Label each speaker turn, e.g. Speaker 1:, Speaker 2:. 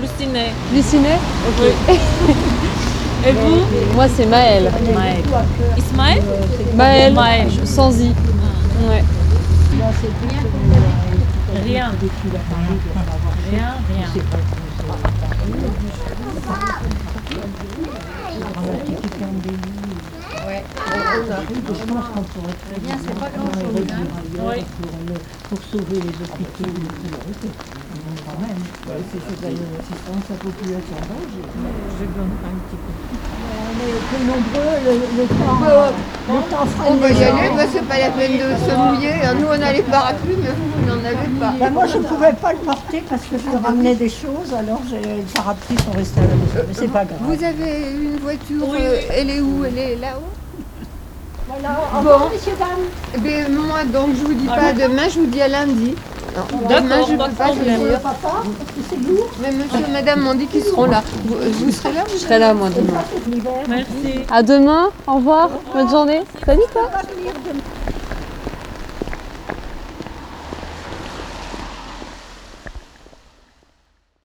Speaker 1: Lucinet.
Speaker 2: Lucinet
Speaker 1: Oui. Et vous
Speaker 2: Moi, c'est Maëlle.
Speaker 1: Maël. Ismaël
Speaker 2: Maëlle,
Speaker 1: Maëlle. Ah.
Speaker 2: sans i. Ouais.
Speaker 1: Rien. Rien, rien. Oui.
Speaker 3: pour sauver les hôpitaux les plus riches. Mais quand même, si vous avez une assistance à population en danger. Je donne un petit peu. On est peu nombreux, le, le temps, le temps freine
Speaker 4: On va
Speaker 3: les
Speaker 4: y
Speaker 3: gens.
Speaker 4: aller, bah, c'est pas la peine de se mouiller. hein. Nous, on a les parapluies, mais vous, vous n'en avez pas.
Speaker 3: Bah, moi, je ne pouvais pas le porter parce que je ramenais des choses, alors j'ai- les parapluies sont restés à la maison. Mais c'est pas grave.
Speaker 4: Vous avez une voiture,
Speaker 1: Oui.
Speaker 4: euh, elle est où Elle est là-haut
Speaker 3: Voilà,
Speaker 4: au revoir, Bon. Eh ben, moi, donc, je vous dis pas demain, je vous dis à lundi. Non, demain, je
Speaker 1: pas de
Speaker 4: peux pas, je
Speaker 1: problème.
Speaker 4: veux dire.
Speaker 3: papa, c'est lourd.
Speaker 4: Mais monsieur et madame m'ont dit qu'ils seront là. Vous, vous serez là
Speaker 2: Je serai là, moi, demain.
Speaker 1: Merci.
Speaker 2: À demain, au revoir, bonne journée. Salut, toi